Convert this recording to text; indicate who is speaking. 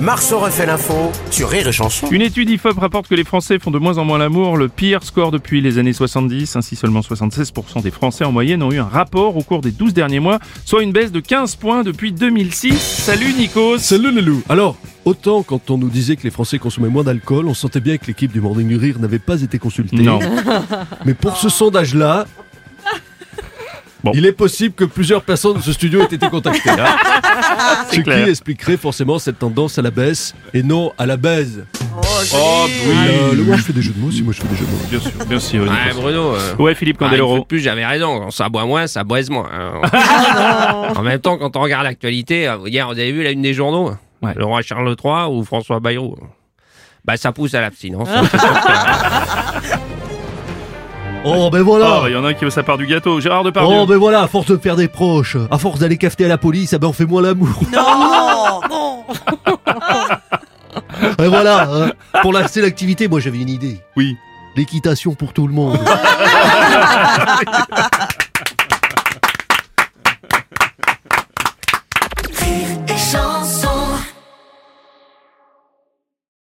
Speaker 1: Marceau refait l'info sur Rire et Chanson.
Speaker 2: Une étude IFOP rapporte que les Français font de moins en moins l'amour, le pire score depuis les années 70. Ainsi, seulement 76% des Français en moyenne ont eu un rapport au cours des 12 derniers mois, soit une baisse de 15 points depuis 2006. Salut Nikos
Speaker 3: Salut les loups Alors, autant quand on nous disait que les Français consommaient moins d'alcool, on sentait bien que l'équipe du Morning du Rire n'avait pas été consultée.
Speaker 2: Non.
Speaker 3: Mais pour ce sondage-là,
Speaker 2: Bon.
Speaker 3: il est possible que plusieurs personnes de ce studio aient été contactées. hein. ce
Speaker 2: Ah, clair.
Speaker 3: qui expliquerait forcément cette tendance à la baisse, et non à la baise.
Speaker 2: Oh
Speaker 3: Euh, le- moi je fais des jeux de mots, si moi je fais des jeux de mots.
Speaker 2: Bien sûr, bien sûr.
Speaker 4: Ouais,
Speaker 2: Nikos.
Speaker 4: Bruno. euh,
Speaker 2: Ouais, Philippe
Speaker 4: bah, une fois
Speaker 2: Candeloro.
Speaker 4: de plus, j'avais raison. Quand ça boit moins, ça boise moins. hein. en même temps, quand on regarde l'actualité, euh, hier, vous avez vu la une des journaux
Speaker 2: Ouais.
Speaker 4: Le roi Charles III ou François Bayrou Bah, ça pousse à l'abstinence.
Speaker 3: Oh ben
Speaker 2: Ah,
Speaker 3: voilà
Speaker 2: bah, il y en a un qui veut sa part du gâteau. Gérard Depardieu.
Speaker 3: Oh ben voilà, à force de faire des proches, à force d'aller cafeter à la police, ah ben on fait moins l'amour. Et voilà, hein. pour lancer l'activité, moi j'avais une idée.
Speaker 2: Oui.
Speaker 3: L'équitation pour tout le monde.